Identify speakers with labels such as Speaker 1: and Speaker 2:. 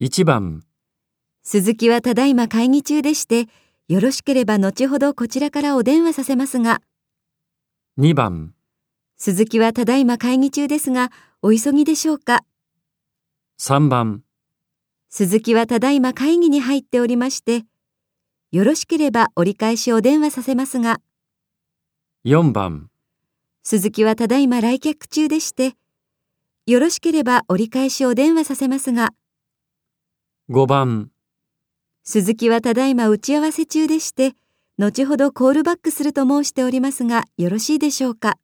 Speaker 1: 1番、
Speaker 2: 鈴木はただいま会議中でして、よろしければ後ほどこちらからお電話させますが、
Speaker 1: 2番、
Speaker 2: 鈴木はただいま会議中ですが、お急ぎでしょうか。
Speaker 1: 3番、
Speaker 2: 鈴木はただいま会議に入っておりまして、よろしければ折り返しお電話させますが、
Speaker 1: 4番、
Speaker 2: 鈴木はただいま来客中でして、よろしければ折り返しお電話させますが、
Speaker 1: 5番、
Speaker 2: 鈴木はただいま打ち合わせ中でして、後ほどコールバックすると申しておりますが、よろしいでしょうか。